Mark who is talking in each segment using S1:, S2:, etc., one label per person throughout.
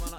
S1: もの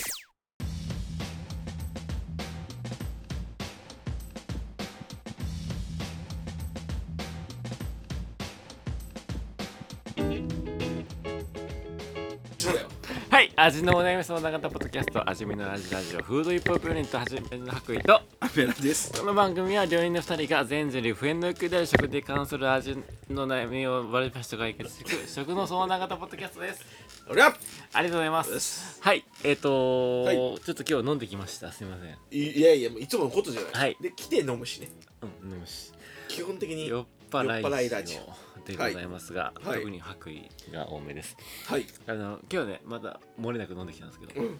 S2: はい味のお悩み相談型ポッドキャスト味見の味ラジオフードイップホップユニットはじめの白衣と
S3: アベラです
S2: この番組は料理人の2人が全人類不変の欲である食に関する味の悩みを割り箸と解決していく食の相談型ポッドキャストです
S3: おりゃ
S2: ありがとうございま
S3: ですす
S2: はいえっ、と
S3: は
S2: ちょっと今日飲んできましたすいません
S3: いいやいやもういつものことじゃない、
S2: はい
S3: で来て飲むしね
S2: うん飲むし
S3: 基本的に
S2: 酔っ払
S3: 酔っ払
S2: い
S3: いラジオ
S2: でございますが、
S3: はい
S2: 特に白衣が多めです
S3: はい、
S2: あの今日ねまだ漏れなく飲んできたんですけど、
S3: うん、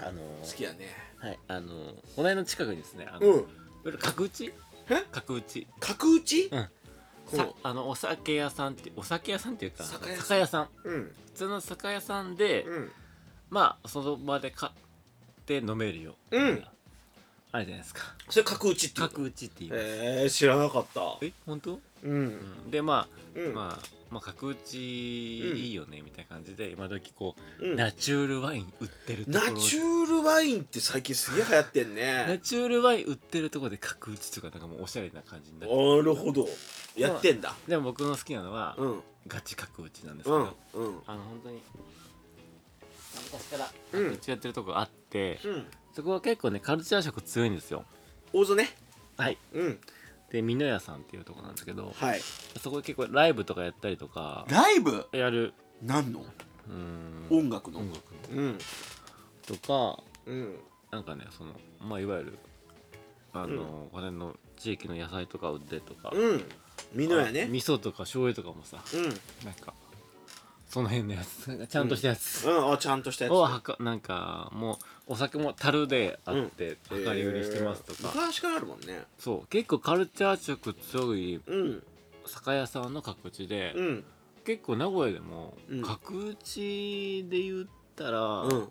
S2: あの
S3: 好きやね
S2: はいあのお台の近くにですねあの、
S3: うん
S2: これ角打ち
S3: え
S2: 角打ち
S3: 角打ち
S2: うん
S3: こ
S2: さ
S3: の
S2: あのお酒屋さんってお酒屋さんっていうか
S3: 酒屋さん
S2: さん
S3: うん
S2: 普通の酒屋さんで、
S3: うん
S2: まあその場で買って飲めるよ
S3: うん
S2: あれじゃないですか
S3: それ角打ちっていうの
S2: 角打ちっていう
S3: えー、知らなかった
S2: え本当、
S3: う
S2: うんん、でまあ、
S3: うん
S2: まあまあ角打ちいいよねみたいな感じで今時こう、
S3: うん
S2: ナチュールワイン売ってると
S3: ナ
S2: ころ
S3: チュールワインって最近すげえ流行ってん
S2: ナ
S3: ね
S2: チュールワイン売ってるところで角打ちとかなんかもうおしゃれな感じにな
S3: な
S2: っ
S3: る
S2: て
S3: ほどやってんだ
S2: でも僕の好きなのは、
S3: うん
S2: ガチ角打ちなんですけ
S3: う
S2: ど、
S3: んうん
S2: あの本当に昔から
S3: うん
S2: 角打ちやってるとこがあって、
S3: うん
S2: そこは結構ねカルチャー色強いんですよ
S3: 大曽ね
S2: はい
S3: うん
S2: で美濃屋さんっていうとこなんですけど
S3: はい
S2: そこで結構ライブとかやったりとか
S3: ライブ
S2: やる
S3: 何の
S2: うーん
S3: 音楽の
S2: 音楽の
S3: うん
S2: とか
S3: うん
S2: なんかねそのまあいわゆるあの、この辺の地域の野菜とか売ってとか、
S3: うん美濃や
S2: あ
S3: ね
S2: 味噌とか醤油とかもさ
S3: うん
S2: なんかその辺のやつちゃんとしたやつ、
S3: うんあちゃんとしたやつ
S2: をはかなんかもうお酒も樽であって
S3: うん
S2: 量り売りしてますとか、
S3: 昔からあるもんね
S2: そう結構カルチャー色強い
S3: うん
S2: 酒屋さんの角打ちで、
S3: うん
S2: 結構名古屋でも
S3: うん
S2: 角打ちで言ったら、
S3: うん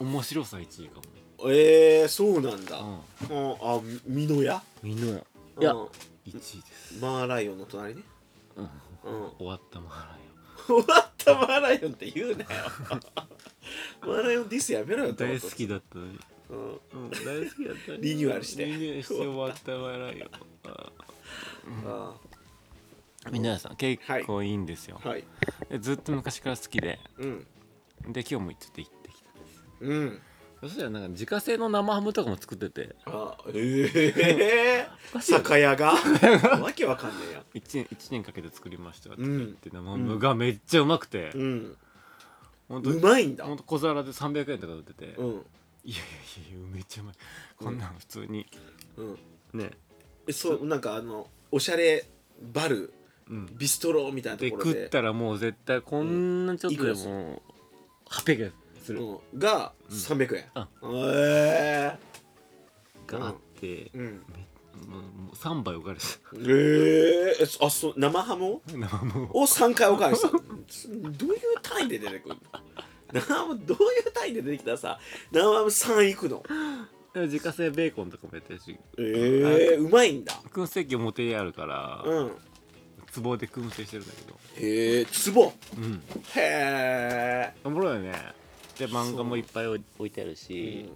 S2: 面白さ1位か
S3: えー、そうなんだ、
S2: も、
S3: うんあ美濃屋
S2: うん、みんなや
S3: うん
S2: 1位です、
S3: マーライオンの隣ね
S2: うん、
S3: うん
S2: 終わったもんあ
S3: 終わったマーライオンって言うなよ マーライオンディスやめろ
S2: ら
S3: よ
S2: よ
S3: って
S2: 大好きだったのに、
S3: うん
S2: うん、大好きだったのに
S3: リニューアルして
S2: リニューアルして終わったもんあらよあ
S3: あ
S2: ーみんなさん結構いいんですよ、
S3: ーはい
S2: でずっと昔から好きで
S3: うん
S2: で今日もちょっと行ってきた
S3: うん
S2: そしたらなんか自家製の生ハムとかも作ってて
S3: あ ええー、酒屋がわけわかんねえや
S2: 1, 年一年かけて作りましたって
S3: うん
S2: 言って生ハムがめっちゃうまくて、
S3: うん
S2: ほんと、
S3: う
S2: 本
S3: まいんだ
S2: 当ほんと小皿で300円とか売ってて、
S3: う
S2: い
S3: ん
S2: やいやいやめっちゃうまいこんなの普通に
S3: うん
S2: ね、
S3: えそうなんかあのおしゃれバル
S2: うん、
S3: ビストロみたいなと
S2: で
S3: ころ
S2: 食
S3: で
S2: ったらもう絶対こんなちょっとで
S3: いく
S2: も800円する
S3: うん、が300円、
S2: あ
S3: え
S2: があって、
S3: えうん
S2: めもうもう3杯おかわりし
S3: えー、えそあそう生ハムを
S2: た生ハムを
S3: を3回おかわりしたどういう単位で出てくるの生ハムどういう単位で出てきたらさ生ハム3いくの
S2: で自家製ベーコンとかもやってるし
S3: ええー、うまいんだ
S2: 燻製機表にあるから、
S3: うん
S2: 壺で燻製してるんだけど
S3: へえつぼ
S2: うん
S3: へ
S2: おもろいよねで漫画もいっぱい置い置いてある
S3: え、
S2: し、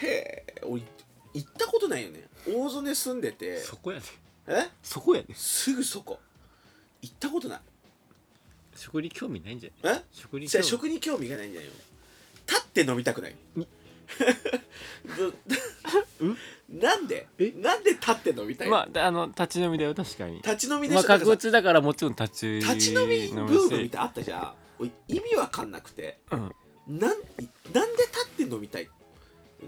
S3: へえおい行ったことないよね大曽根住んでて
S2: そこやで
S3: え
S2: そこやです
S3: ぐそこ行ったことない
S2: 食に興味ないんじゃない
S3: え
S2: 食に
S3: じゃ
S2: 興
S3: あ
S2: 味
S3: 食に興味がないんじゃないよ立って飲みたくない なんで
S2: え
S3: なんで立って飲みたいの、
S2: まあであの立ち飲みだよ確かに
S3: 立ち飲みで
S2: まあ
S3: しょ、だ
S2: 角
S3: から
S2: 打
S3: さ
S2: ちだからもちろん立ち
S3: 立ち飲みブームみたいなのあったじゃん俺意味わかんなくて
S2: うん
S3: なんなんで立って飲みたい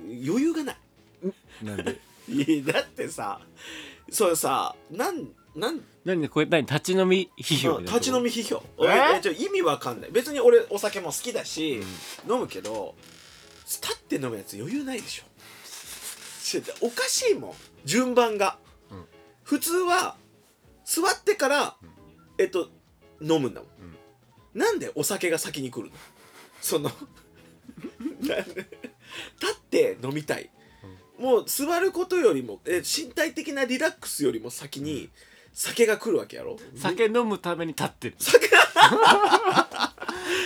S3: 余裕がない
S2: なんで
S3: いやだってさそれさなんなん
S2: 何これ何立ち飲み批評
S3: うん立ち飲
S2: み
S3: み批評
S2: え
S3: 俺えちょ意味わかんない別に俺お酒も好きだし、飲むけど立って飲むやつ余裕ないでしょちょおかしいもん順番が、
S2: ん
S3: 普通は座ってから、えっと飲むんだもん、なんでお酒が先に来るのその なんで立って飲みたい、もう座ることよりもえ身体的なリラックスよりも先に酒が来るわけやろ
S2: 酒飲むために立ってる
S3: 酒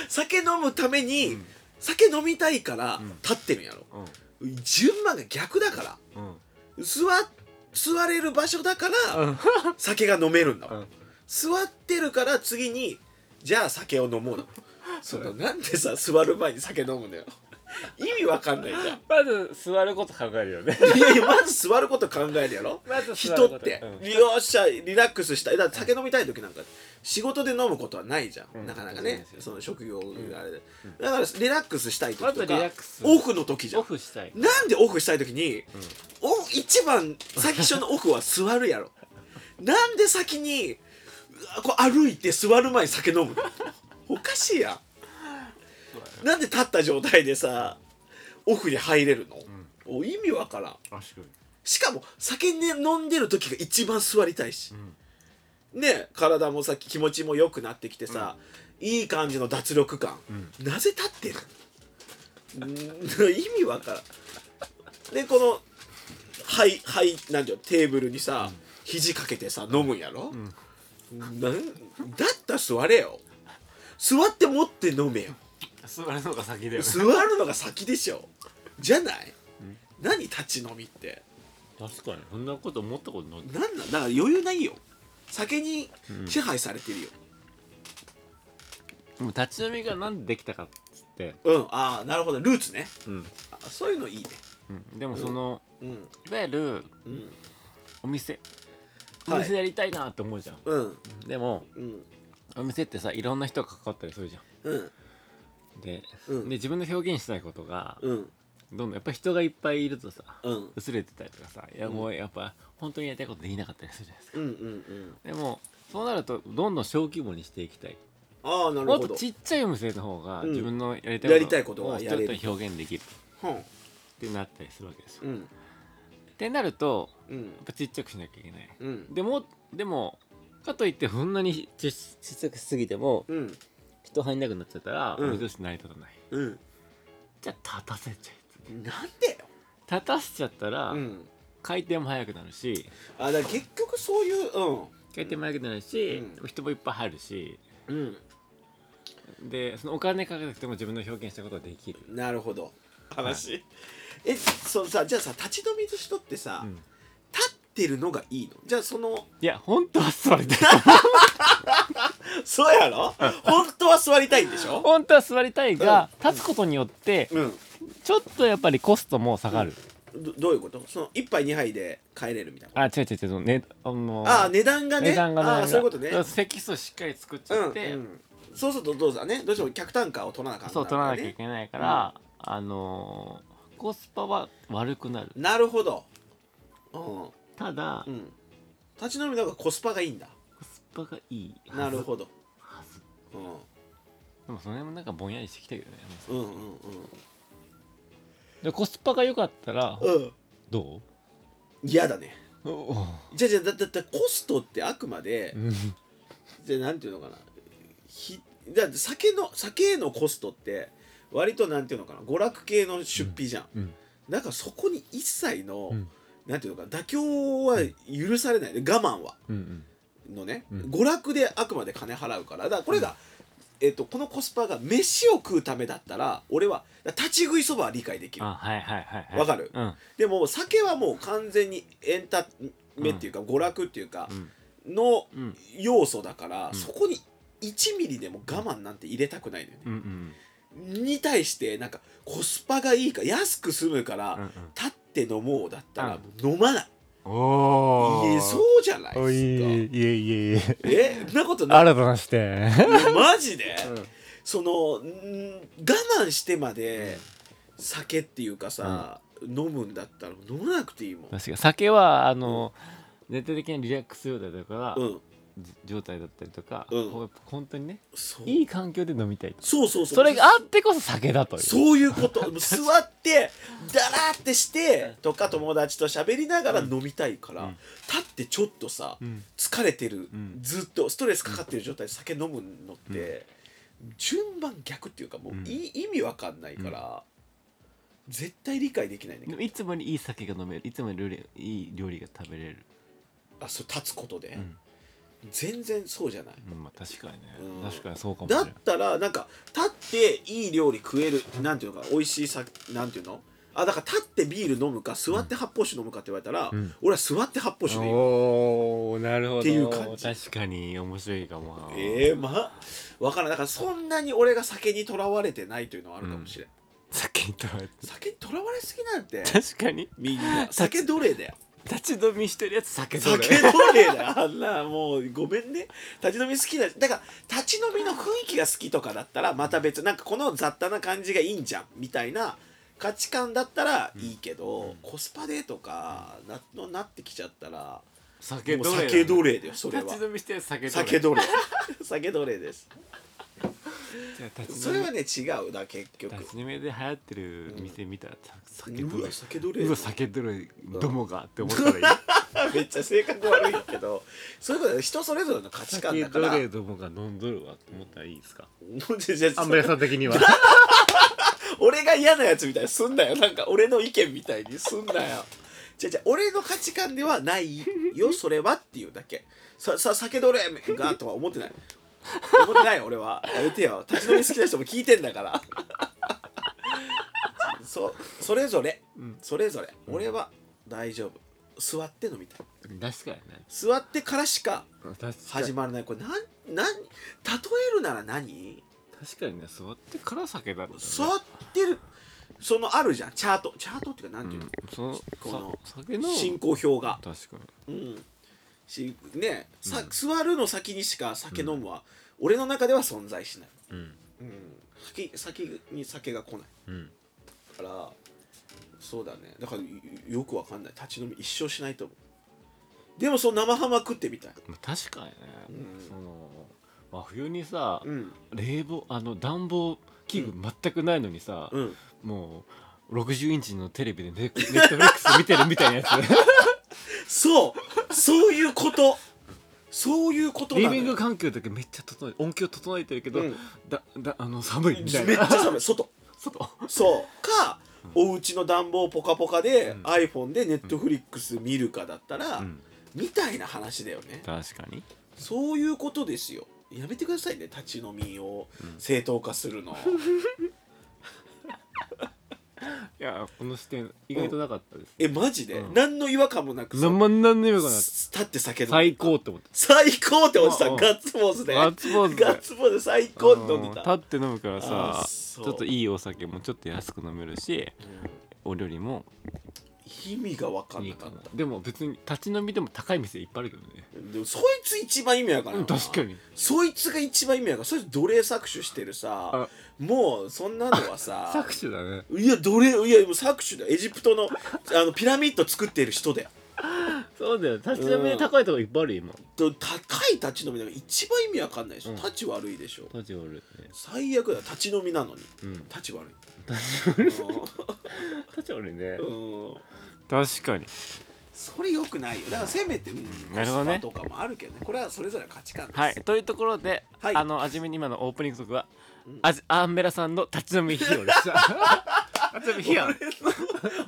S3: 酒飲むために、酒飲みたいから立ってるんやろ、順番が逆だから
S2: うんうん
S3: 座座れる場所だから、
S2: うん
S3: 酒が飲めるんだもん、
S2: うん
S3: 座ってるから次にじゃあ酒を飲もう のそのなんでさ座る前に酒飲むのよ意味わかんないじゃん
S2: まず座ること考えるよね
S3: いやいやまず座ること考えるやろ、
S2: まず座
S3: 人
S2: ること
S3: って、
S2: うん
S3: よっしゃリラックスしたいだって酒飲みたい時なんか仕事で飲むことはないじゃん、なかなか
S2: そう
S3: ね
S2: ですよ
S3: その職業があれで、だからリラックスしたい時とか、
S2: まずリラックス
S3: オフの時じゃ
S2: オ
S3: ん
S2: フしたい
S3: なんでオフしたい時に、お一番最初のオフは座るやろ なんで先にうわこう歩いて座る前に酒飲 むのおかしいやんなんで立った状態でさオフに入れるの、お意味わからん
S2: 確かに
S3: しかも酒、ね、飲んでる時が一番座りたいし、ね体もさ気持ちも良くなってきてさ、いい感じの脱力感、なぜ立ってるん意味わからんでこのはいはいなんていうのテーブルにさ、肘かけてさ飲むんやろ、なんだったら座れよ座って持って飲めよ
S2: 座るのが先だよね
S3: 座るのが先でしょじゃない、何立ち飲みって
S2: 確かにそんなこと思ったことない
S3: なんなんだから余裕ないよ酒に支配されてるよ
S2: でも立ち飲みがなんでできたかっつって、
S3: うん、ああなるほどルーツね
S2: うん
S3: あそういうのいいね
S2: でもその、
S3: うん
S2: いわゆる
S3: うん
S2: お店お
S3: はい
S2: 店やりたいなって思うじゃん、
S3: うん
S2: でも
S3: うん
S2: お店ってさいろんな人が関わったりするじゃ
S3: うん
S2: んで,、
S3: うん
S2: で自分の表現したいことが
S3: うん
S2: どんどんやっぱ人がいっぱいいるとさ
S3: うん
S2: 薄れてたりとかさいやもうやっぱ本当にやりたいことできなかったりするじゃないですか
S3: うんうんうん
S2: でもそうなるとどんどん小規模にしていきたい
S3: ああなる
S2: もっ
S3: ほ
S2: と
S3: ど
S2: ちっちゃいお店の方が
S3: うん
S2: 自分のやりたい
S3: やりたいことが
S2: を
S3: やれる
S2: 人と表現できる
S3: うん
S2: ってなったりするわけですよ、
S3: うん
S2: ってなると
S3: うん
S2: やっぱちっちゃくしなきゃいけない
S3: うん
S2: でもでもかといってそんなにちちっちゃくしすぎても
S3: うん
S2: 人入んなくなっちゃったら
S3: うん
S2: お店として成り立たない、
S3: うん
S2: じゃあ立たせちゃ
S3: なんでよ
S2: え立たせちゃったら、
S3: うん
S2: 回転も速くなるし
S3: あだから結局そういううん
S2: 回転も速くなるし、
S3: う
S2: 人もいっぱい入るし
S3: うん
S2: でそのお金かけなくても自分の表現したことができる
S3: なるほど話、えそのさじゃあさ立ち飲みの人ってさ、
S2: うん
S3: 立ってるのがいいのじゃあその
S2: いや本当は座りたい
S3: そうやろ本当は座りたいんでしょ
S2: 本当は座りたいが、立つことによって
S3: うん
S2: ちょっとやっぱりコストも下がる、
S3: どどういうことその1杯2杯で帰れるみたいな
S2: あ違う違う違うその、ね、あの
S3: ああ値段がね
S2: 値段が
S3: ああそういうことね
S2: 席数しっかり作っち
S3: う
S2: ゃ
S3: ん、
S2: って、
S3: うん、そうするとどうだねどうしても客単価を取らなあかん
S2: そう取らなきゃい
S3: ない
S2: けないから、あのーコスパは悪くなる
S3: なるほどう
S2: た
S3: ん、
S2: だ、
S3: うん、立ち飲みの方がコスパがいいんだ
S2: コスパがいいはず
S3: なるほど
S2: でもその辺もなんかぼんやりしてきたけどね
S3: うんうん
S2: でコスパが良かったら
S3: うんうんうん
S2: ど
S3: 嫌だね
S2: うおお
S3: じゃあじゃあだだってコストってあくまで、
S2: うん
S3: じゃあなんていうのかなひだって酒の酒へのコストって割となんていうのかな娯楽系の出費じゃん、
S2: うん
S3: だからそこに一切の、
S2: うん
S3: なんていうのかな妥協は許されないで我慢は
S2: うん
S3: のね、
S2: うん
S3: 娯楽であくまで金払うからだからこれが、えっとこのコスパが飯を食うためだったら俺はだから立ち食いそばは理解できる
S2: あはいはいはいはい
S3: わかる
S2: うん
S3: でも酒はもう完全にエンタメっていうか、娯楽っていうか、の
S2: うん
S3: 要素だから、
S2: ん
S3: そこに1ミリでも我慢なんて入れたくないのよね、
S2: うんうん
S3: に対してなんかコスパがいいから安く済むから、
S2: うんうん
S3: 立って飲もうだったら
S2: うん
S3: もう飲まない、
S2: お
S3: いえそうじゃないですか
S2: いえいえいえ
S3: えそんなことない
S2: 新たな視点
S3: いやマジで、そのん我慢してまで酒っていうかさ、飲むんだったら飲まなくていいもん、
S2: 確かに酒はあの、絶対的にリラックス状態だから、
S3: うん、
S2: 状態だったりとか、
S3: うん
S2: こうやっぱ本当にね
S3: そう
S2: いい環境で飲みたい
S3: そうそうそう
S2: それがあってこそ酒だという
S3: そういうこと もう座ってだらーってしてとか友達と喋りながら飲みたいから、立ってちょっとさ、
S2: ん
S3: 疲れてる、
S2: ん
S3: ずっとストレスかかってる状態で酒飲むのって、順番逆っていうかもう、
S2: ん
S3: い意味わかんないから、絶対理解できないんだけ
S2: でも
S3: ど
S2: いつもにいい酒が飲めるいつもに料理いい料理が食べれる、
S3: あそう立つことで、
S2: ん
S3: 全然そうじゃない。
S2: うんまあ、確かにね、
S3: うん
S2: 確かにそうかもしれ
S3: だ
S2: な
S3: っ
S2: い
S3: たらなんか立っていい料理食えるなんていうのか美味しいさなんていうのあだから立ってビール飲むか座って発泡酒飲むかって言われたら、
S2: ん
S3: 俺は座って発泡酒でいい
S2: おーなるほど
S3: っていう感じ
S2: 確かに面白いかも
S3: ええまあわからないだからそんなに俺が酒にとらわれてないというのはあるかもしれん、
S2: 酒にとられて
S3: 酒にとらわれすぎなんて
S2: 確かに
S3: みん な酒奴隷だよ
S2: 立ち飲みしてるやつ酒だ
S3: 酒奴隷だよあんなもうごめんね立ち飲み好きだだから立ち飲みの雰囲気が好きとかだったらまた別なんかこの雑多な感じがいいんじゃんみたいな価値観だったらいいけど、コスパでとかなのなってきちゃったら
S2: 酒
S3: も
S2: 奴
S3: う酒
S2: 隷だ
S3: 奴隷だよそれは
S2: 立ち飲みしてるやつ酒
S3: 酒奴
S2: 奴隷
S3: 隷 酒奴隷です
S2: じゃあ立ち
S3: そ
S2: 飲
S3: れ
S2: み
S3: はね違うだ結局
S2: 立ち飲みで流行ってる店見たらさ酒
S3: う
S2: 奴
S3: わ
S2: 隷
S3: 酒奴隷
S2: うわ酒奴隷どもがって思ったらいい
S3: めっちゃ性格悪いけどそういうことだよ人それぞれの価値観
S2: 酒
S3: だか
S2: 奴
S3: ら
S2: 隷どもが飲んどるわって思ったらいいですか
S3: じゃあ
S2: あんまりさん的には
S3: 俺が嫌なやつみたいにすんなよなんか俺の意見みたいにすんなよじゃじゃ俺の価値観ではないよそれはっていうだけささ酒どれがとは思ってない思ってない俺はやめてよ立ち飲み好きな人も聞いてんだから そそれぞれ、それぞれ俺は大丈夫座って飲みたい
S2: 確かにね
S3: 座ってからしか
S2: 確かに
S3: 始まらないこれなんなん例えるなら何
S2: 確かにね座ってから酒だろうね
S3: 座ってるそのあるじゃんチャートチャートっていうかなん
S2: う
S3: ていうんの、
S2: その
S3: この
S2: さ酒の
S3: 進行表が、
S2: 確かに
S3: うんしねさ、座るの先にしか酒飲むは、俺の中では存在しない、
S2: うん
S3: うん、先先に酒が来ない
S2: うん
S3: だからそうだねだからよよくわかんない立ち飲み一生しないと思うでもその生ハマ食ってみたい
S2: まあ確かにね、
S3: うん
S2: その真冬にさ、
S3: うん
S2: 冷房あの暖房器具全くないのにさ、
S3: うん
S2: もう60インチのテレビでネネットフリックス見てるみた いなやつ
S3: そうそういうことそういうこと
S2: リ
S3: なの
S2: ビング
S3: よ
S2: 環境だけめっちゃ整え音響整えてるけど、
S3: うん
S2: だだあの寒いみたいな
S3: めっちゃ寒い外
S2: 外
S3: そうか、お家の暖房ポカポカで、iPhone で Netflix 見るかだったら、
S2: ん
S3: みたいな話だよね
S2: 確かに
S3: そういうことですよやめてくださいね立ち飲みを正当化する の、
S2: いやこの視点意外となかったです、
S3: えマジで、
S2: うん
S3: 何の違和感もなく
S2: なんもなんにもよくなかった
S3: 立って酒飲む
S2: 最高って思って
S3: 最高っておじさ
S2: うんん
S3: ガッツポーズで
S2: ガッツポーズで
S3: ガッツポーズで最高って飲んで
S2: あの
S3: た
S2: 立って飲むから
S3: あ
S2: さ
S3: ー
S2: ち
S3: そう
S2: ょっといいお酒もちょっと安く飲めるし、お料理も
S3: 意味が分かん
S2: い
S3: ないか
S2: か
S3: っ
S2: な
S3: た
S2: でも別に立ち飲みでも高い店いっぱいあるけどね
S3: でもそいつ一番意味わからん
S2: うん確かに
S3: そいつが一番意味わからんそいつ奴隷搾取してるさ
S2: あ
S3: もうそんなのはさ
S2: 搾取だね
S3: いや奴隷いやもう搾取だよエジプトのあのピラミッド作ってる人だよ
S2: そうだよ立
S3: ち飲みで高
S2: いとこいっぱいある今
S3: と高い立ち飲みなんか一番意味わかんないでしょ、
S2: うん
S3: 立ち悪いでしょ
S2: 立ち悪いね
S3: 最悪だよ立ち飲みなのに、
S2: うん
S3: 立ち悪い
S2: 立ち悪いね
S3: うんうん
S2: 確かに
S3: それよくないよだからせめて、うん、
S2: なるほどね
S3: コスパとかもあるけどねこれはそれぞれの価値観です、
S2: はいというところで、
S3: はい
S2: あの味見に今のオープニング曲は、あじアンメラさんの 立ち飲み費用でした立ち飲み費用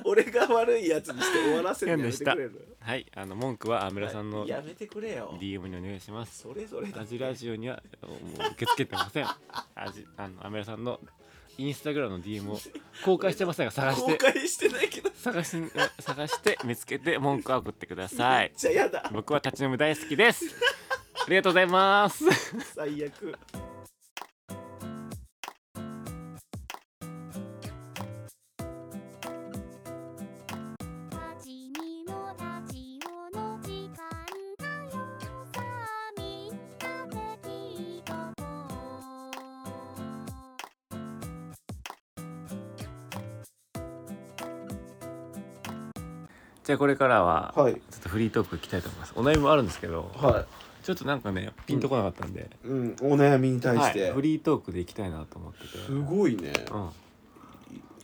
S3: 俺が悪いやつにして終わらせるのやめてくれる
S2: はいあの文句はアンメラさんの
S3: やめてくれよ
S2: DM にお願いします
S3: それぞれだ
S2: アジラジオにはもう受け付けてません。アジあのアメラさんのインスタグラムの DM を公開してませんが探し
S3: 公
S2: て
S3: 開してないけど
S2: 探し 探して見つけて文句を送ってください。
S3: じゃあやだ
S2: 僕は立ち飲み大好きです。ありがとうございます。
S3: 最悪
S4: 立ちにも立ちよの時間だよさあみんなで聞いとこう
S2: じゃあこれからは、
S3: はい
S2: ちょっとフリートークいきたいと思います。お悩みもあるんですけど、
S3: は
S2: ちょっとなんかねピンとこなかったんで、
S3: うん、お悩みに対
S2: は
S3: し
S2: い、
S3: て、
S2: フリートークでいきたいなと思ってて
S3: すごいね
S2: うん、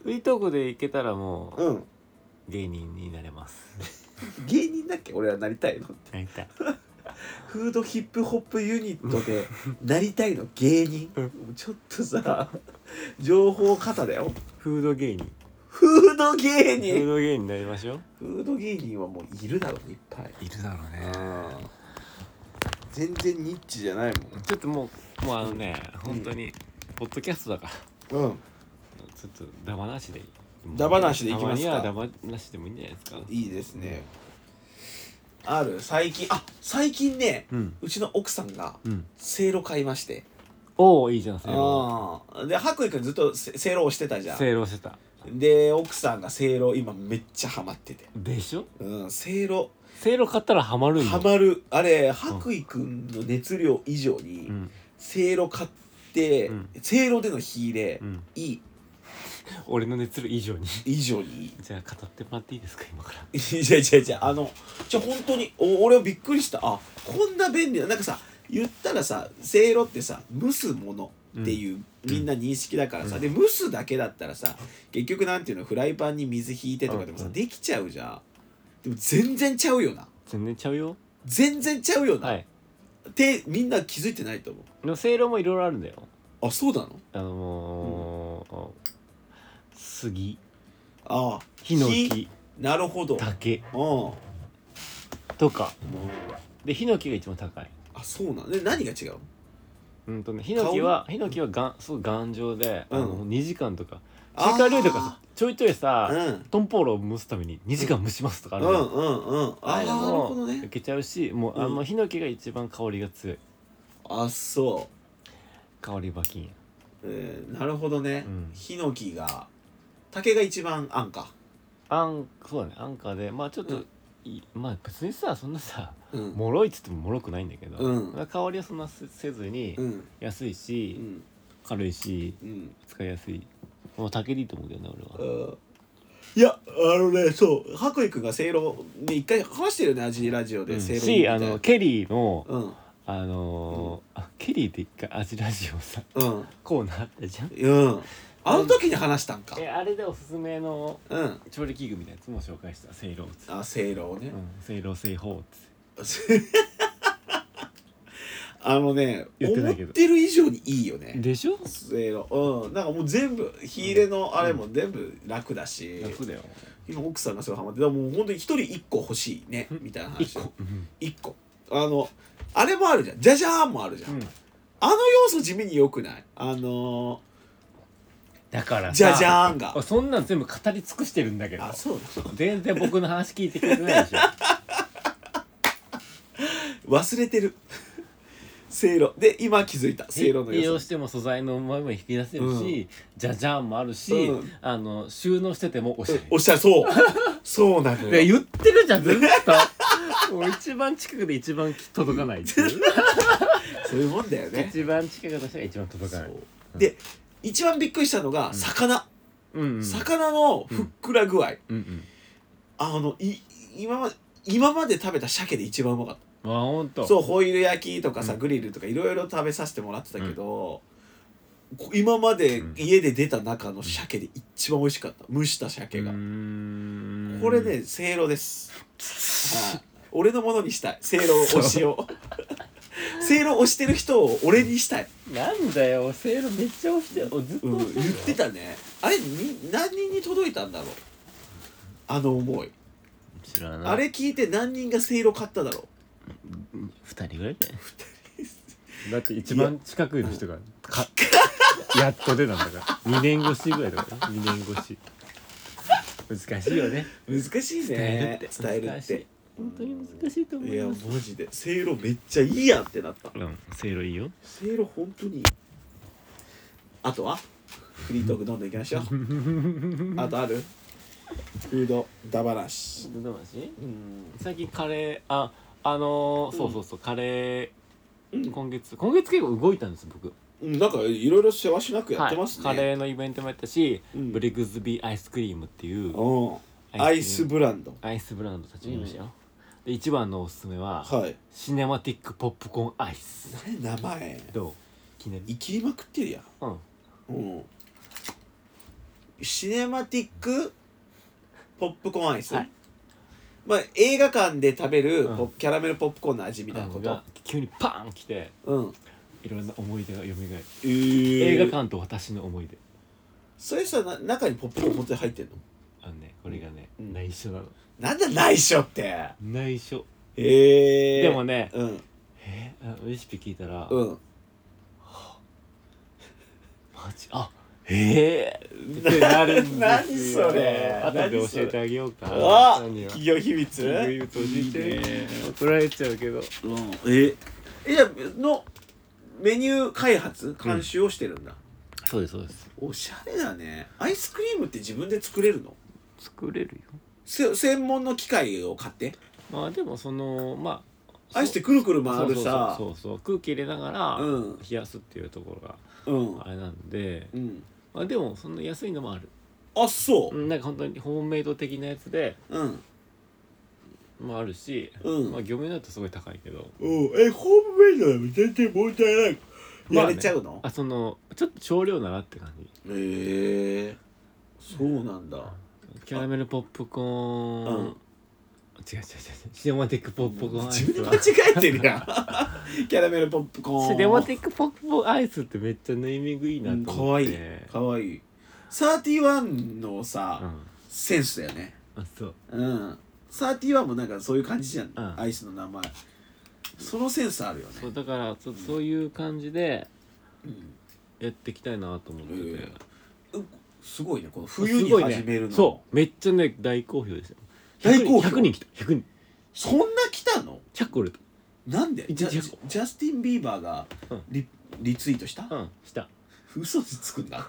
S2: フリートークでいけたらもう
S3: うん
S2: 芸人になれます
S3: 芸人だっけ俺はなりたいのって
S2: なりたい
S3: フードヒップホップユニットでなりたいの芸人、ちょっとさ情報型だよ
S2: フード芸人
S3: フード芸
S2: フー
S3: 人
S2: ド芸人になりましょう
S3: フード芸人はもういるだろうねいっぱい
S2: いるだろうね
S3: 全然ニッチじゃない
S2: ちょっともうもうあのね本当にポッドキャストだから
S3: もんうん
S2: ちょっとダマなしでいい
S3: ダマなしでいきますか
S2: たまにはダマなしでもいいんじゃないですか
S3: いいですねある最近あ最近ね、
S2: う
S3: うんちの奥さんが
S2: うん
S3: せいろ買いまして
S2: おおいいじゃんせいろ
S3: ああで白衣くんずっとせせいろをしてたじゃん
S2: せいろしてた
S3: で奥さんがせいろ今めっちゃハマってて
S2: でしょ
S3: うんせいろ
S2: せいろ買ったらハマるんだ
S3: ハマるあれ白衣くんの熱量以上に
S2: うん
S3: せいろ買って
S2: うん
S3: せいろでの火入れ
S2: うん
S3: いい
S2: 俺の熱量以上に
S3: 以上にいい
S2: じゃあ語ってもらっていいですか今から
S3: いやいやいやあのじゃ本当にお俺はびっくりしたあこんな便利ななんかさ言ったらさせいろってさ蒸すものっていう、みんな認識だからさ、で蒸すだけだったらさ結局なんていうのフライパンに水引いてとかでもさ、
S2: うん
S3: できちゃうじゃんでも全然ちゃうよな
S2: 全然ちゃうよ
S3: 全然ちゃうよな、
S2: はい
S3: ってみんな気づいてないと思
S2: でもせいろもいろいろあるんだよ
S3: うあそうなの
S2: あのー杉
S3: ああ
S2: ヒノキ
S3: なるほどうん
S2: 竹
S3: も
S2: とか
S3: う
S2: でヒノキが一番高い
S3: あそうなので何が違うの
S2: うんとねヒノキはヒノキはがんすごい頑丈で、あ
S3: う
S2: の2時間とか
S3: あー
S2: 中華料理とかさちょいちょいさ、
S3: うん
S2: トンポールを蒸すために2時間蒸しますとかあ
S3: う
S2: る
S3: ん
S2: じゃん
S3: うんうんああ
S2: あれ
S3: なるほど
S2: もい
S3: ね
S2: けちゃうしもうあ
S3: うん
S2: のヒノキが一番香りが強い
S3: あそう
S2: 香り馬金や
S3: えーなるほどね、
S2: うん
S3: ヒノキが竹が一番安価
S2: あんそうだねアンカーでまあちょっと、
S3: うん
S2: いまあ別にさそんなさ
S3: うん
S2: もろいっつってももろくないんだけど、
S3: うん
S2: まあ香りはそんなせせずに、
S3: うん
S2: 安いうし、
S3: ん
S2: 軽いし
S3: うん
S2: 使いやすいもう竹でいいと思うけどね俺は、
S3: うんいやあのねそう白衣くんがせいろね一回話してるよねアジラジオ
S2: う
S3: で
S2: ん
S3: せいろ
S2: しあのケリーの、
S3: うん
S2: あのーあケリーって一回アジラジオさ
S3: うん
S2: コーナーあったじゃん
S3: うんあの時に話したんか
S2: えあれでおすすめの
S3: うん
S2: 調理器具みたいなやつも紹介したせいろつって
S3: あせいろをね
S2: う、んせいろ製法つって
S3: あのね
S2: 言ってないけ
S3: 思っ
S2: ど
S3: てる以上にいいよね
S2: でしょ
S3: せいろうんなんかもう全部火入れのあれも全部楽だし、
S2: 楽だよ
S3: 今奥さんがそれハマってだからもう本当に一人一個欲しいねみたいな話
S2: 一個うん
S3: 一個あのあれもあるじゃんじゃじゃーんもあるじゃん、
S2: うん
S3: あの要素地味に良くないあの
S2: だからさ
S3: じゃじゃーんが
S2: そんなん全部語り尽くしてるんだけ
S3: ー
S2: ど
S3: あそうだ
S2: 全然僕の話聞いてくれて ないでしょ
S3: 忘れてる せいろで今気づいたせいろの
S2: 利
S3: 要
S2: 用
S3: 素
S2: しても素材のうまみも引き出せるし、じゃじゃんもあるし、
S3: うん
S2: あの収納しててもおしゃ
S3: おっしゃるそうそうなの
S2: れ、
S3: よ
S2: 言ってるじゃんずっ ともう一番近くで一番届かないっていう
S3: そういうもんだよね
S2: 一番近くの人が一番届かない
S3: そうで一番びっくりしたのが魚、
S2: うんうん
S3: 魚のふっくら具合、
S2: うんうん
S3: あのい今まで今まで食べた鮭で一番うまかった
S2: まあほんと
S3: そうホイル焼きとかさ、
S2: うん
S3: グリルとかいろいろ食べさせてもらってたけど、こ今まで家で出た中の鮭で一番美味しかった蒸した鮭が、
S2: うーん
S3: これねせいろです、はい俺のものにしたいせいろ推しを せいろ推してる人を俺にしたい、
S2: なんだよセールめっちゃ押しておずっと
S3: うん、
S2: 押して
S3: 言ってたねあれに何人に届いたんだろうあの思い
S2: 知らない
S3: あれ聞いて何人がせいろ買っただろう
S2: 2人ぐらいだよだって一番近くの人がかやっと出たんだから2年越しぐらいだから2年越し難しいよね
S3: 難しいね伝える
S2: 難
S3: っ
S2: してい本当に難しいと思
S3: い
S2: い
S3: や
S2: ま
S3: マ
S2: す
S3: ジでせいろめっちゃいいやんってなった
S2: うんせいろいいよ
S3: せいろ本当にいいあとはフリートークどんどんいきましょう あとあるフードダバなし
S2: どうだし
S3: うん
S2: 最近カレーああのーそうそうそうカレ
S3: う
S2: ー
S3: ん
S2: 今月今月結構動いたんです僕
S3: うんなんかいろいろ世話しなくやってますね、
S2: はいカレーのイベントもやったし
S3: うん
S2: ブリグズビーアイスクリームっていう
S3: うんアイスブランド
S2: アイスブランド立ち上げましたよ、で一番のおすすめは、
S3: はい
S2: シネマティックポップコーンアイス
S3: 何名前
S2: どう気になる
S3: 生きまくってるやん
S2: うん
S3: うんシネマティックポップコーンアイス、
S2: はい
S3: まあ映画館で食べるポップ
S2: うん
S3: キャラメルポップコーンの味みたいなこ
S2: の
S3: と
S2: が急にパーン来て
S3: うん
S2: いろんな思い出が蘇る、
S3: えー
S2: 映画館と私の思い出
S3: それさな中にポップコーン本当に入ってんの
S2: あのねこれがね、
S3: うん
S2: 内緒なの
S3: なんだ内緒って
S2: 内緒
S3: ええ
S2: でもね
S3: うん
S2: えあレシピ聞いたら、
S3: うん
S2: マジあええー、ってなるんですよ
S3: 何それ
S2: 後で教えてあげようか
S3: うわ
S2: 何を
S3: 企業秘密
S2: 言うと教えて怒られちゃうけど
S3: うんええじゃあのメニュー開発監修をしてるんだ、
S2: そうですそうです
S3: おしゃれだねアイスクリームって自分で作れるの
S2: 作れるよ
S3: せ専門の機械を買って
S2: まあでもそのまあ
S3: アイスってくるくる
S2: そ
S3: 回
S2: う
S3: るさ
S2: そうそうそうそう空気入れながら
S3: うん
S2: 冷やすっていうところが
S3: うん
S2: あれなんで、
S3: うん
S2: まあ、でもそんな安いのもある
S3: あそううん
S2: なんか本当にホームメイド的なやつで
S3: うん
S2: もあるし、
S3: うん
S2: まあ業務用だとすごい高いけど
S3: うんえホームメイドで全然問題ない
S2: ま
S3: や
S2: あね
S3: れちゃうの、
S2: あそのちょっと少量ならって感じ
S3: へえそうなんだ
S2: キャラメルポップコーン、
S3: うん
S2: 違う違う違うシネマティックポップコーンアイ
S3: 自分
S2: ス
S3: で
S2: は
S3: 間違えてるやん キャラメルポップコーン
S2: シネマティックポップコーンアイスってめっちゃネーミングいいなと
S3: か
S2: 思っ
S3: わ
S2: て、
S3: いいかわいい31のさ、
S2: うん
S3: センスだよね
S2: あそう
S3: うん31もなんかそういう感じじゃん、
S2: うん
S3: アイスの名前そのセンスあるよ
S2: そう
S3: ね
S2: だからそそういう感じでやっていきたいなと思ってて、
S3: うんうんすごいねこの冬に
S2: すごいね
S3: 始めるの、
S2: そうめっちゃね大好評でしたよ
S3: 大好評
S2: 100人100人来た100人
S3: そんな来たの
S2: 100個売れた
S3: なんで
S2: 一
S3: ジャ
S2: 日
S3: ジ
S2: 100
S3: ャスティン・ビーバーが
S2: うん
S3: リ,、リツイートした、
S2: うんした
S3: 嘘つくん だ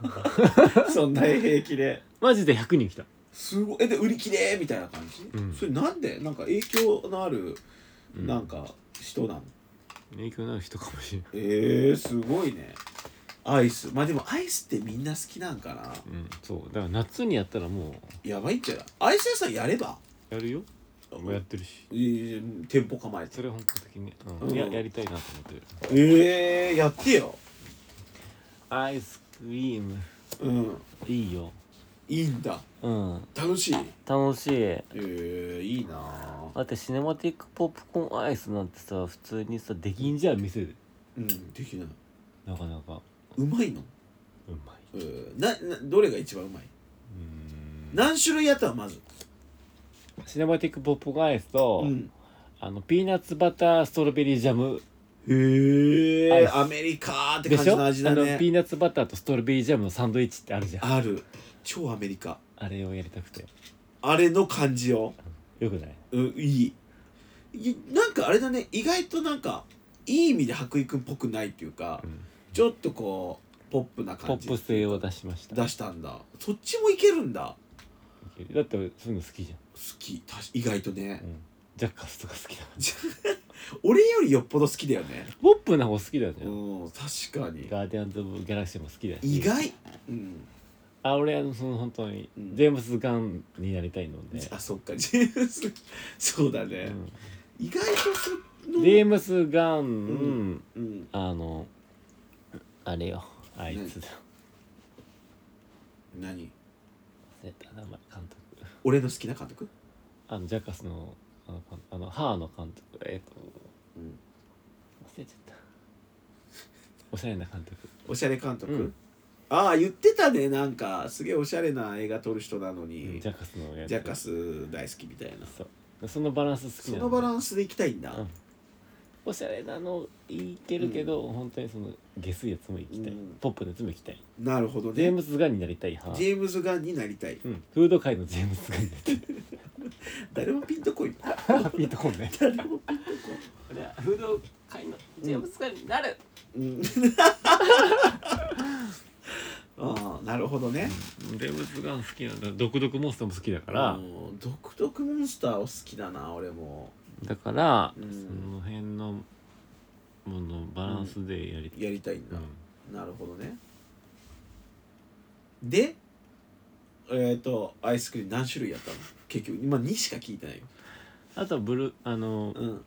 S3: そんな平気で
S2: マジで100人来た
S3: すごいえで売り切れみたいな感じ、
S2: うん
S3: それなんでなんか影響のある
S2: うん
S3: なんか人なの、
S2: 影響のある人かもしれない
S3: えー、すごいねアイスまあでもアイスってみんな好きなんかな
S2: うんそうだから夏にやったらも
S3: やばいんじゃないアイス屋さんやれば
S2: うやるよもうやっ
S3: え
S2: てるし
S3: ー店舗構えて
S2: それは本格的に、うん
S3: うん
S2: ややりたいなと思ってる
S3: ええー、やってよ
S2: アイスクリーム
S3: うん
S2: いいよ
S3: いいんだ
S2: うん
S3: 楽しい
S2: 楽しい
S3: えー、いいなあ
S2: だってシネマティックポップコーンアイスなんてさ普通にさできんじゃん店で
S3: うんできない
S2: なかなか
S3: うまいの
S2: うまい
S3: うんななどれが一番うまい何種類やったらまず
S2: シネマティックポップコーンアイスと、
S3: うん
S2: あのピーナッツバターストロベリージャムア
S3: へ
S2: イ
S3: え
S2: ス
S3: アメリカーって
S2: で
S3: 感
S2: し
S3: じ
S2: ょ、
S3: の
S2: あの
S3: 味だね
S2: ピーナッツバターとストロベリージャムのサンドイッチってあるじゃん
S3: ある超アメリカ
S2: あれをやりたくて
S3: あれの感じを
S2: よくない
S3: うんいいいなんかあれだね意外となんかいい意味で白衣くんっぽくないっていうか、
S2: ん
S3: ちょっとこうポップな
S2: ポ
S3: 感じ
S2: ップ性を出しました
S3: 出したんだそっちもいけるんだ
S2: だって俺そういうの好きじゃ
S3: 好きたし意外とね
S2: ん、、うん、ジャッカスとか好きだから
S3: 俺よりよっぽど好きだよね
S2: ポップな方好きだよね、
S3: うん確かに
S2: ガーディアンズ・オブ・ギャラクシーも好きだし
S3: 意外うん
S2: あ俺あのその本当に
S3: うん
S2: ジェームス・ガンになりたいので、
S3: あそっか ジェームスそうだね、意外とそ
S2: うん
S3: の
S2: ジェームス・ガン、
S3: んうん
S2: あのあれよあいつだ、
S3: 何
S2: 忘れた名前監督
S3: 俺の好きな監督
S2: あのジャッカスのあのあのハーの監督えっ、と
S3: うん
S2: 忘れちゃったおしゃれな監督
S3: おしゃれ監督、
S2: うん
S3: ああ言ってたねなんかすげえおしゃれな映画撮る人なの
S2: ジ
S3: に、
S2: ャッカスのやつ
S3: ジャッカス大好きみたいな
S2: そうそのバランス好き
S3: そ
S2: な
S3: のバラ
S2: ン
S3: ンスでいきたいんだ、
S2: うんおしゃれなのいけるけど、本当にその下水やつも行きたい、
S3: うん
S2: ポップなやつも行きたい
S3: なるほどね
S2: ジェームス・ガンになりたい派
S3: ジェームズガンになりたい
S2: うん、フード界のジェームスガンになり
S3: 誰もピンとこい な
S2: たいハッピーとこね俺はフード界のジェームスガンになる、
S3: うんああなるほどね
S2: ジェームスガン好きなんだ独特モンスターも好きだか
S3: あ
S2: ら、
S3: 独特モンスターを好きだな俺も
S2: だから、
S3: うん
S2: その辺のものバランスでやりたい、
S3: やりたいん
S2: う
S3: だ、
S2: ん
S3: なるほどねでえっ、とアイスクリーム何種類やったの結局今2しか聞いてないよ
S2: あとブルあの、
S3: うん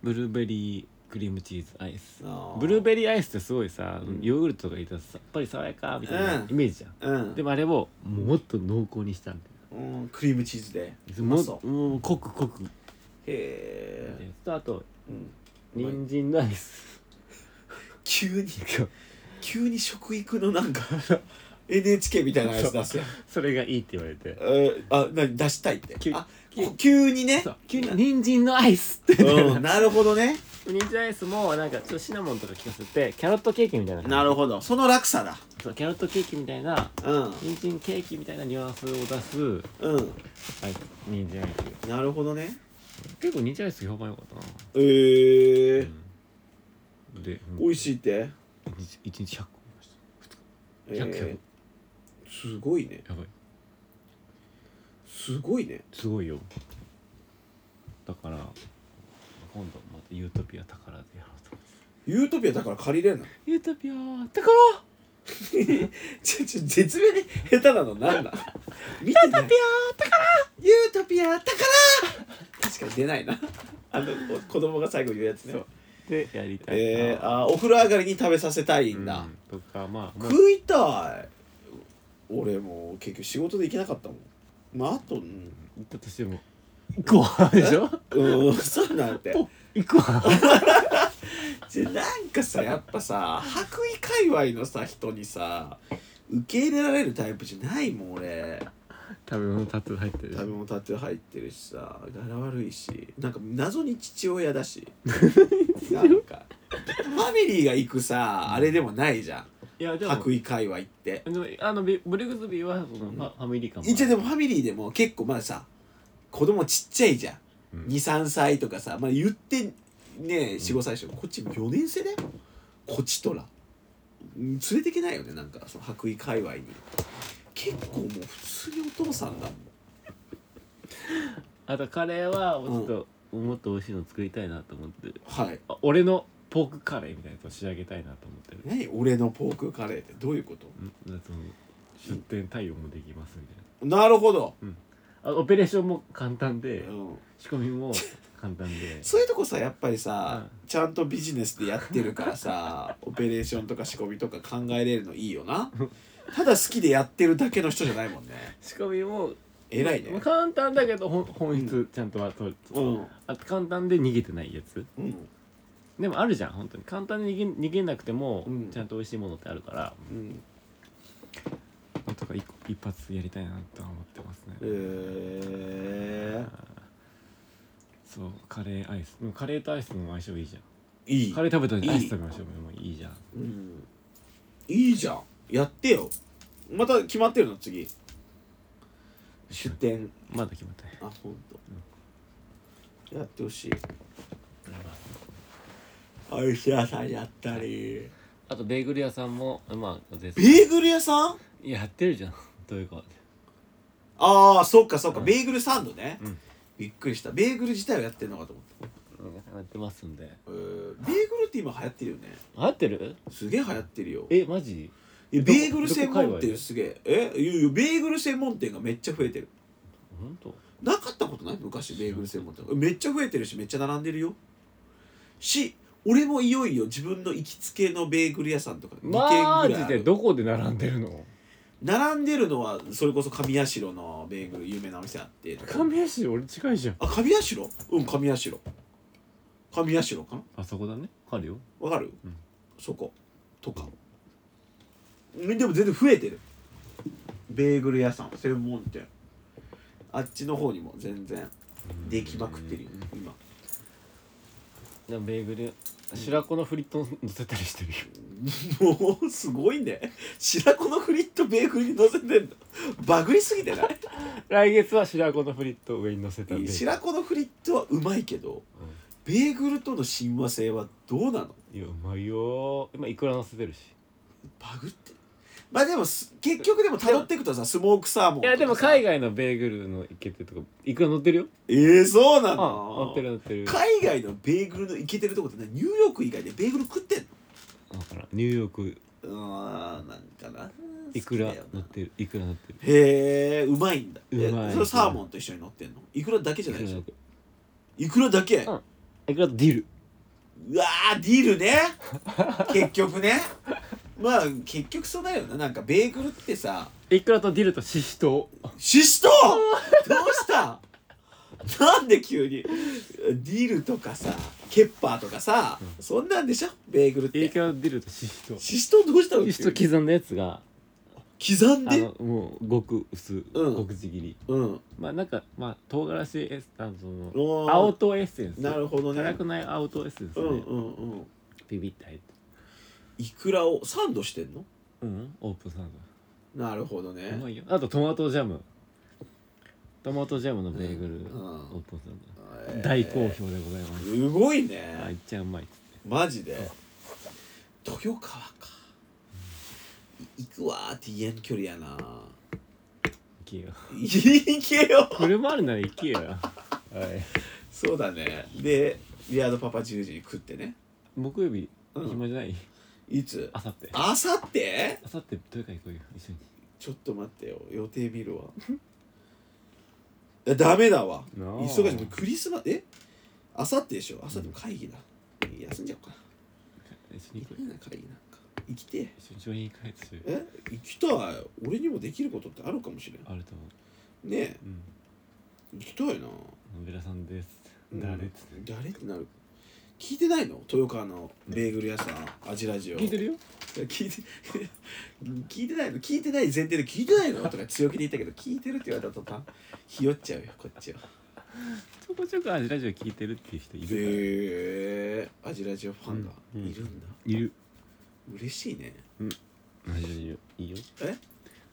S2: ブルーベリークリームチーズアイス
S3: あー
S2: ブルーベリーアイスってすごいさ、
S3: うん
S2: ヨーグルトとか入れたらさっぱり爽やかみたいな
S3: うん
S2: イメージじゃん、
S3: うん
S2: でもあれをもっと濃厚にしたんだ
S3: うんクリームチーズでう
S2: よ
S3: ま
S2: も
S3: そう
S2: もう濃く濃く
S3: へえ、
S2: とあと
S3: うん、
S2: 人参のアイス
S3: 急に急に食育のなんか NHK みたいなやつ出すやん、
S2: それがいいって言われて
S3: えー、あ何出したいって
S2: 急
S3: あこ急にね
S2: そう急に人参のアイスって
S3: うん、なるほどね
S2: 人参アイスもなんかちょっとシナモンとか効かせてキャロットケーキみたいな感じ
S3: なるほどその落差だ
S2: そうキャロットケーキみたいな
S3: うん
S2: 人参ケーキみたいなニュアンスを出す
S3: うん
S2: アイス人参アイ
S3: なるほどね
S2: ス結構人参アイス評判良かったな
S3: えー
S2: うんで、うん、
S3: 美味しいって
S2: 一日一日100個食いまし
S3: えー、すごいね
S2: たやばい
S3: すごいね
S2: すごいよだから今度またユートピア宝でやろうと思って
S3: ユートピアだから借りれんの
S2: ユートピア宝
S3: ちょちょ絶妙に下手なのなんだ見てユートピア宝ユートピア宝確かに出ないなあのお子供が最後言うやつね
S2: でやりたいな
S3: えー、あーお風呂上がりに食べさせたいんだ、
S2: うん、とかまあもう
S3: 食いたい俺もう結局仕事で行けなかったもんまああと うん
S2: 行ったとしても行こうでしょ
S3: うんそうなんて
S2: 行こう
S3: でなんかさやっぱさ白衣界隈のさ人にさ受け入れられるタイプじゃないもん俺
S2: 食べ物タトゥー入ってる
S3: 食べ物タトゥー入ってるしさ柄悪いしなんか謎に父親だ しなんかファミリーが行くさあれでもないじゃん
S2: いやでも
S3: 白衣界隈って
S2: でもあのビブルグズビーはそのファファミリー感もある
S3: 一応でもファミリーでも結構まださ子供ちっちゃいじゃん、
S2: うん
S3: 23歳とかさまあ言ってね45歳でしょこっち4年生だよこちとらうん連れてけないよねなんかその白衣界隈に結構もう普通にお父さんだもん
S2: あとカレーはもうちょっと、もっと美味しいの作りたいなと思ってる
S3: はい
S2: あ俺のポークカレーみたいなやつを仕上げたいなと思ってる
S3: 何俺のポークカレーってどういうこと
S2: うんだってもう出店対応もできますみたい
S3: なるほど、
S2: なあオペレーションも簡単で
S3: うん
S2: 仕込みも簡単で
S3: そういうとこさやっぱりさ、
S2: う
S3: ちゃんとビジネスでやってるから さオペレーションとか仕込みとか考えれるのいいよなただ好きでやってるだけの人じゃないもんね
S2: 仕込みも
S3: 偉いね
S2: まあ簡単だけどほん本質ちゃんとはと、
S3: うん
S2: あと簡単で逃げてないやつ
S3: うん
S2: でもあるじゃん本当に簡単に逃げ逃げなくても、
S3: うん
S2: ちゃんと美味しいものってあるから
S3: うん
S2: なんとか一個一発やりたいなとは思ってますね、
S3: え
S2: そうカレーアイスでもカレーとアイスも相性いいじゃ
S3: ー、い
S2: ん
S3: い
S2: カレー食べたのに
S3: いい
S2: アイス食べましょうもういいじゃん
S3: うん、いいじゃんやってよまた決まってるの次出店
S2: まだ決まってない
S3: あほんとやってほしいアイス屋さんやったり
S2: あとベーグル屋さんもまあ絶
S3: ベーグル屋さん
S2: やってるじゃん どういうか
S3: ああそっかそっか、ベーグルサンドね、
S2: うん
S3: びっくりしたベーグル自体をやってるのかと思った、
S2: やってますんで
S3: えーベーグルって今流行ってるよね
S2: 合ってる
S3: すげえ流行ってるよ
S2: えマジ
S3: いや
S2: ど
S3: ベー
S2: こ
S3: グル専門
S2: どこ界隈
S3: 店すげええいやいやベーグル専門店がめっちゃ増えてる
S2: 本当
S3: なかったことない昔ベーグル専門店めっちゃ増えてるしめっちゃ並んでるよし俺もいよいよ自分の行きつけのベーグル屋さんとか2
S2: マ
S3: 軒ぐらい
S2: ジ
S3: あ
S2: で
S3: る
S2: どこで並んでるの
S3: 並んでるのはそれこそ神社のベーグル有名なお店あって
S2: 神谷市俺近いじゃん
S3: あ神社うん神社神社かな
S2: あそこだねあるよ
S3: わかる、
S2: ん
S3: そことかうんでも全然増えてるベーグル屋さん専門店あっちの方にも全然できまくってるよ今
S2: でもベーグル白子のフリット乗せたりしてるよ
S3: もうすごいね白子のフリットベーグルに乗せてんのバグりすぎてない
S2: 来月は白子のフリットを上に乗せたんで
S3: 白子のフリットはうまいけどベーグルとの親和性はどうなの
S2: いやうまいよ今いくら乗せてるし
S3: バグってまあでもす結局でも辿っていくとさスモークサーモン
S2: い
S3: と
S2: や
S3: かさ
S2: でも海外のベーグルのいけてるとかいくら乗ってるよ
S3: えー、そうな
S2: あ
S3: の
S2: 乗ってる乗ってるわ
S3: 海外のベーグルのイケてるとこって何ニューヨーク以外でベーグル食ってんの
S2: からんニューヨーク
S3: うーんなんかな
S2: いくら乗ってるいくら乗ってる
S3: へえうまいんだ
S2: うまい
S3: えそれサーモンと一緒に乗ってんのいくらだけじゃないでしょ
S2: いく
S3: いくらだけ、う
S2: うんらいくらディル
S3: わーディール ね結局ねまあ結局そうだよななんかベーグルってさ
S2: いくらとディルとシシトウ
S3: シシ トウどうしたなんで急にディールとかさケッパーとかさ、そんなんでしょベーグルっ
S2: い
S3: て
S2: くらとディルとシシトウシ
S3: シシトウどうしたの
S2: シトウ
S3: 急に
S2: 刻んだやつが
S3: 刻ん
S2: あ
S3: で
S2: のもうごく薄
S3: うん
S2: ごくじ切り
S3: うん
S2: まあなんかまあ唐辛子エスあのそ
S3: お
S2: の
S3: ー
S2: 青唐エッセンス
S3: なるほどね
S2: 辛くない青唐エッセンス
S3: う
S2: ね
S3: んうんうん
S2: ビビって入って
S3: いくらをサンドしてんの
S2: うんオープンサンド
S3: なるほどね
S2: うまいよあとトマトジャムトマトジャムのベーグル、
S3: うん
S2: オープンサ
S3: え
S2: ン
S3: ー
S2: ド大好評でございます、
S3: すごいね、
S2: あいっちゃんうまいっつって
S3: マジで豊川かい行くわーって言えん距離やな
S2: 行けよ
S3: 行けよ
S2: 車あるなら行けよはい
S3: そうだねでリアードパパ10時に食ってね
S2: 木曜日
S3: うん
S2: 暇じゃない
S3: いつ
S2: あさってあ
S3: あさって
S2: さってどれか行こうよ一緒に
S3: ちょっと待ってよ予定見るわいやダメだわ
S2: なあ
S3: 忙しいクリスマスえあさってでしょあさっても会議だ、休んじゃおうか
S2: 一緒
S3: ない
S2: に行
S3: く
S2: こ
S3: ら
S2: うよ
S3: な会議なんか生きてえ
S2: 一緒に上院行かないとし
S3: え行きたい俺にもできることってあるかもしれん
S2: あると思う
S3: ねえ
S2: うん
S3: 行きたいな
S2: 野べらさんです
S3: う
S2: 誰
S3: ん
S2: っつって
S3: 誰ってなる聞いてないの豊川のベーグル屋さん味ラジオ
S2: 聞いてるよ
S3: 聞いて 聞いてないの聞いてない前提で聞いてないのとか強気で言ったけど聞いてるって言われたとたひよっちゃうよこっちは
S2: ちょこちょこ味ラジオ聞いてるっていう人いるから、
S3: へえ味ラジオファンが
S2: うんうん
S3: いるんだ、
S2: いる
S3: 嬉しいね
S2: 味ラジオいいよ
S3: え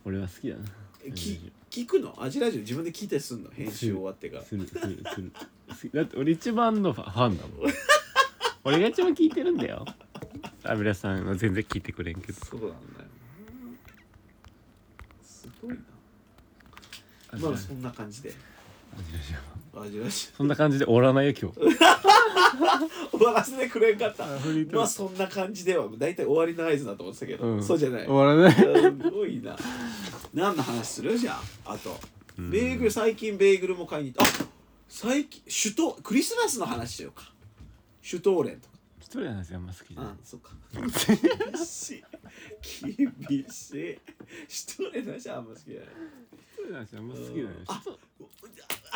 S2: 俺は好きだな
S3: え
S2: 味ラジ
S3: き聞くの味ラジオ自分で聞いたりすんの編集終わってから
S2: オするするするするだって俺一番のファファンだもん俺が一番聞いてるんだよ油さんは全然聞いてくれんけど
S3: そうなんだよすごいなまあそんな感じで
S2: 味ラジ
S3: 味ラジ
S2: オそんな感じでおらないよ今日
S3: オ終わらせてくれんかった
S2: フリートーク
S3: まあそんな感じでは大体終わりの合図だと思ってたけど、
S2: うん
S3: そうじゃない
S2: 終わらない
S3: すごいな何の話するじゃああとベーグル最近ベーグルも買いに行ったあ最近シュトクリスマスの話しようかシュトーレンとか
S2: 一人の話あんま好きじゃない
S3: あそうか厳しい厳しいシュトーレンの話はあんま好きじゃない
S2: 一人の話あんま好きじゃない
S3: あ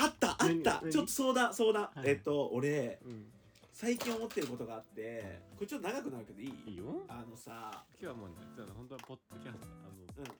S3: あったあった
S2: 何
S3: ちょっと相談相談、
S2: はい
S3: えっと俺
S2: うん
S3: 最近思ってることがあってこれちょっと長くなるけどいい
S2: いいよ
S3: あのさ
S2: 今日はもうね、本当はポッドキャストあの
S3: うん